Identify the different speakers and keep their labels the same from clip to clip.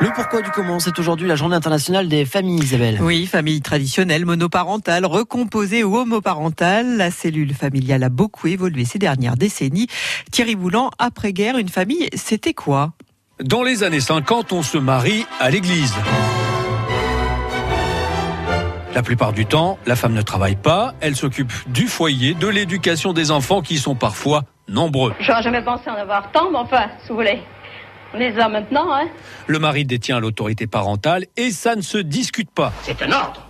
Speaker 1: Le pourquoi du comment, c'est aujourd'hui la journée internationale des familles, Isabelle.
Speaker 2: Oui, famille traditionnelle, monoparentale, recomposée ou homoparentale. La cellule familiale a beaucoup évolué ces dernières décennies. Thierry Boulan, après-guerre, une famille, c'était quoi
Speaker 3: Dans les années 50, on se marie à l'église. La plupart du temps, la femme ne travaille pas, elle s'occupe du foyer, de l'éducation des enfants qui sont parfois nombreux.
Speaker 4: J'aurais jamais pensé en avoir tant, mais enfin, si vous voulez. On est là maintenant, hein.
Speaker 3: Le mari détient l'autorité parentale et ça ne se discute pas.
Speaker 5: C'est un ordre.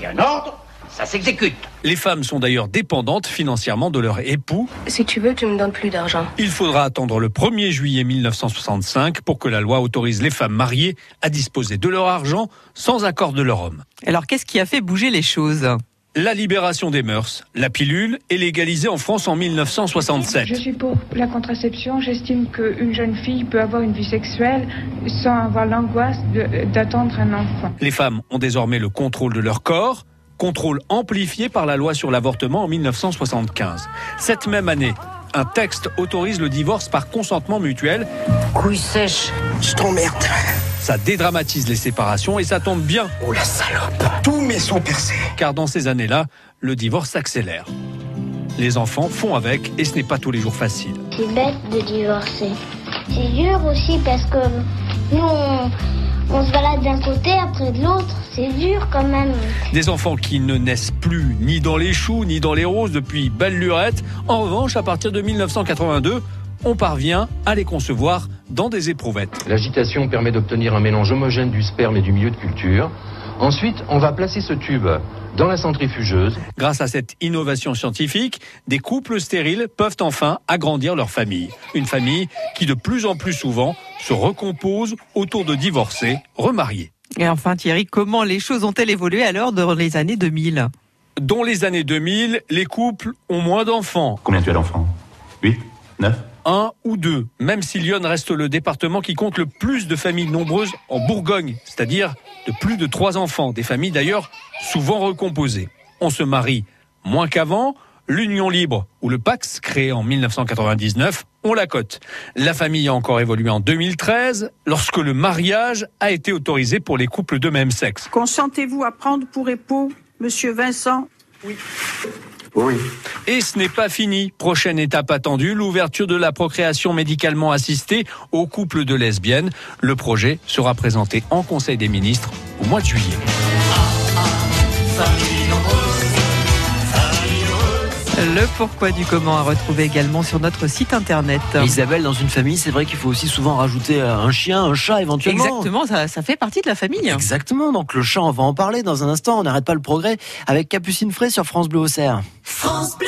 Speaker 5: Et un ordre, ça s'exécute.
Speaker 3: Les femmes sont d'ailleurs dépendantes financièrement de leur époux.
Speaker 6: Si tu veux, tu me donnes plus d'argent.
Speaker 3: Il faudra attendre le 1er juillet 1965 pour que la loi autorise les femmes mariées à disposer de leur argent sans accord de leur homme.
Speaker 2: Alors qu'est-ce qui a fait bouger les choses
Speaker 3: La libération des mœurs, la pilule, est légalisée en France en 1967.
Speaker 7: Je suis pour la contraception. J'estime qu'une jeune fille peut avoir une vie sexuelle sans avoir l'angoisse de- d'attendre un enfant.
Speaker 3: Les femmes ont désormais le contrôle de leur corps, contrôle amplifié par la loi sur l'avortement en 1975. Cette même année, un texte autorise le divorce par consentement mutuel.
Speaker 8: Couille sèche. Je t'emmerde.
Speaker 3: Ça dédramatise les séparations et ça tombe bien,
Speaker 8: Oh la salope. Tous mes sont percés.
Speaker 3: car dans ces années-là, le divorce s'accélère. Les enfants font avec et ce n'est pas tous les jours facile.
Speaker 9: C'est bête de divorcer. C'est dur aussi parce que nous, on, on se balade d'un côté après de l'autre. C'est dur quand même.
Speaker 3: Des enfants qui ne naissent plus ni dans les choux ni dans les roses depuis belle lurette. En revanche, à partir de 1982, on parvient à les concevoir dans des éprouvettes.
Speaker 10: L'agitation permet d'obtenir un mélange homogène du sperme et du milieu de culture. Ensuite, on va placer ce tube dans la centrifugeuse.
Speaker 3: Grâce à cette innovation scientifique, des couples stériles peuvent enfin agrandir leur famille. Une famille qui de plus en plus souvent se recompose autour de divorcés, remariés.
Speaker 2: Et enfin Thierry, comment les choses ont-elles évolué alors dans les années 2000
Speaker 3: Dans les années 2000, les couples ont moins d'enfants,
Speaker 11: Combien tu as d'enfants 8 9
Speaker 3: un ou deux, même si Lyon reste le département qui compte le plus de familles nombreuses en Bourgogne, c'est-à-dire de plus de trois enfants, des familles d'ailleurs souvent recomposées. On se marie moins qu'avant, l'union libre ou le Pax créé en 1999, on la cote. La famille a encore évolué en 2013, lorsque le mariage a été autorisé pour les couples de même sexe.
Speaker 12: Consentez-vous à prendre pour époux Monsieur Vincent
Speaker 3: Et ce n'est pas fini. Prochaine étape attendue, l'ouverture de la procréation médicalement assistée aux couples de lesbiennes. Le projet sera présenté en Conseil des ministres au mois de juillet.
Speaker 2: Le pourquoi du comment à retrouver également sur notre site internet.
Speaker 1: Isabelle, dans une famille, c'est vrai qu'il faut aussi souvent rajouter euh, un chien, un chat éventuellement.
Speaker 2: Exactement, ça, ça fait partie de la famille.
Speaker 1: Exactement, donc le chat, on va en parler dans un instant, on n'arrête pas le progrès avec Capucine Fray sur France Bleu Auxerre.
Speaker 8: France Bleu.